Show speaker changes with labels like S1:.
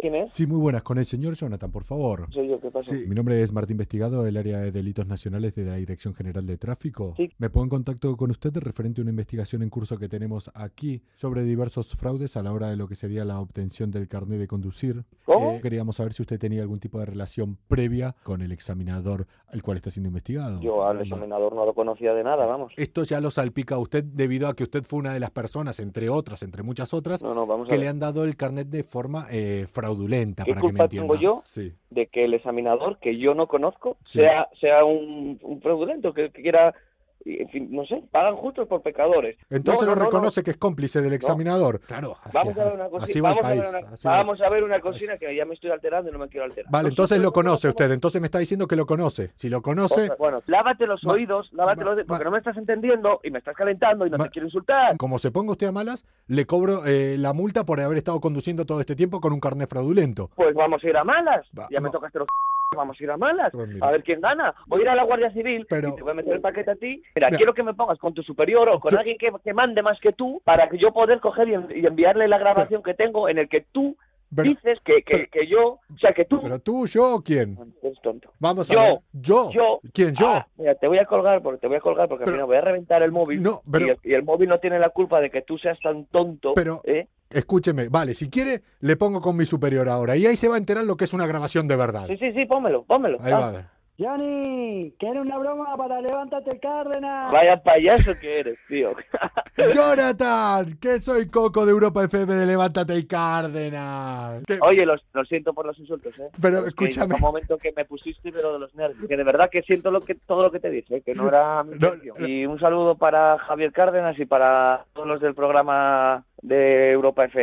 S1: ¿Quién es?
S2: Sí, muy buenas. Con el señor Jonathan, por favor.
S1: Soy yo, ¿qué pasa?
S2: Sí, mi nombre es Martín Investigado, del área de delitos nacionales de la Dirección General de Tráfico.
S1: Sí.
S2: Me pongo en contacto con usted referente a una investigación en curso que tenemos aquí sobre diversos fraudes a la hora de lo que sería la obtención del carnet de conducir.
S1: ¿Cómo?
S2: Eh, queríamos saber si usted tenía algún tipo de relación previa con el examinador al cual está siendo investigado.
S1: Yo al examinador no lo conocía de nada, vamos.
S2: Esto ya lo salpica a usted debido a que usted fue una de las personas, entre otras, entre muchas otras,
S1: No, no, vamos a
S2: que le
S1: ver.
S2: han dado el carnet de forma eh, fraudulenta,
S1: ¿Qué
S2: para que me
S1: culpa
S2: entienda.
S1: tengo yo?
S2: Sí.
S1: De que el examinador, que yo no conozco,
S2: Sí.
S1: sea, sea un, un fraudulento, que, que quiera, en fin, no sé, pagan justos por pecadores.
S2: Entonces
S1: No, no,
S2: lo
S1: no, no.
S2: reconoce que es cómplice del examinador. Claro.
S1: Vamos a ver una
S2: Así
S1: cosita,
S2: va el
S1: vamos, a ver
S2: país,
S1: una,
S2: así va.
S1: vamos a ver una cosita que ya me estoy alterando y no me quiero alterar.
S2: Vale,
S1: No,
S2: entonces
S1: sí,
S2: lo
S1: sí,
S2: conoce
S1: no,
S2: usted. Entonces me está diciendo que lo conoce. Si lo
S1: O
S2: conoce,
S1: sea, bueno, lávate los
S2: Ma-
S1: oídos, lávate
S2: ma-
S1: los oídos, porque no
S2: ma-
S1: me estás entendiendo y me estás calentando y no
S2: Ma-
S1: te quiero insultar.
S2: como se ponga usted a malas, le cobro eh, la multa por haber estado conduciendo todo este tiempo con un carnet fraudulento.
S1: Pues vamos a ir a malas.
S2: Va-
S1: ya me
S2: va-
S1: tocaste los vamos a ir a malas.
S2: Pues mira.
S1: A ver quién gana. Voy a ir a la Guardia Civil
S2: Pero-
S1: y te voy a meter el paquete a ti. Mira,
S2: Mira.
S1: quiero que me pongas con tu superior o con
S2: Sí.
S1: alguien que, que mande más que tú para que yo poder coger y, en- y enviarle la grabación que tengo en el que tú
S2: Pero,
S1: dices que, que,
S2: pero-
S1: que yo, o sea, que tú
S2: pero tú, yo o quién?
S1: eres tonto.
S2: Vamos a
S1: Yo,
S2: ver. Yo.
S1: yo.
S2: ¿Quién yo?
S1: Ah, mira, te voy a colgar porque te voy a colgar porque
S2: Pero-
S1: mira, voy a reventar el móvil.
S2: No, pero-
S1: y, el, y el móvil no tiene la culpa de que tú seas tan tonto.
S2: Pero-
S1: ¿eh?
S2: Escúcheme. Vale, si quiere, le pongo con mi superior ahora. Y ahí se va a enterar lo que es una grabación de verdad.
S1: Sí, sí, sí, pónmelo, pónmelo.
S2: Ahí
S1: Ah,
S2: va a ver.
S3: Johnny, que era una broma para levántate Cárdenas.
S1: Vaya payaso que eres, tío.
S2: Jonathan, que soy Coco de Europa FM de Levántate y Cárdenas. Que-
S1: Oye, los- lo siento por los insultos, ¿eh?
S2: Pero
S1: Es que
S2: escúchame.
S1: llegó Un momento que me pusiste pero de los nervios, que de verdad que siento lo que todo lo que te dije, ¿eh? que no era mi
S2: No,
S1: intención.
S2: no.
S1: Y un saludo para Javier Cárdenas y para todos los del programa de Europa FM.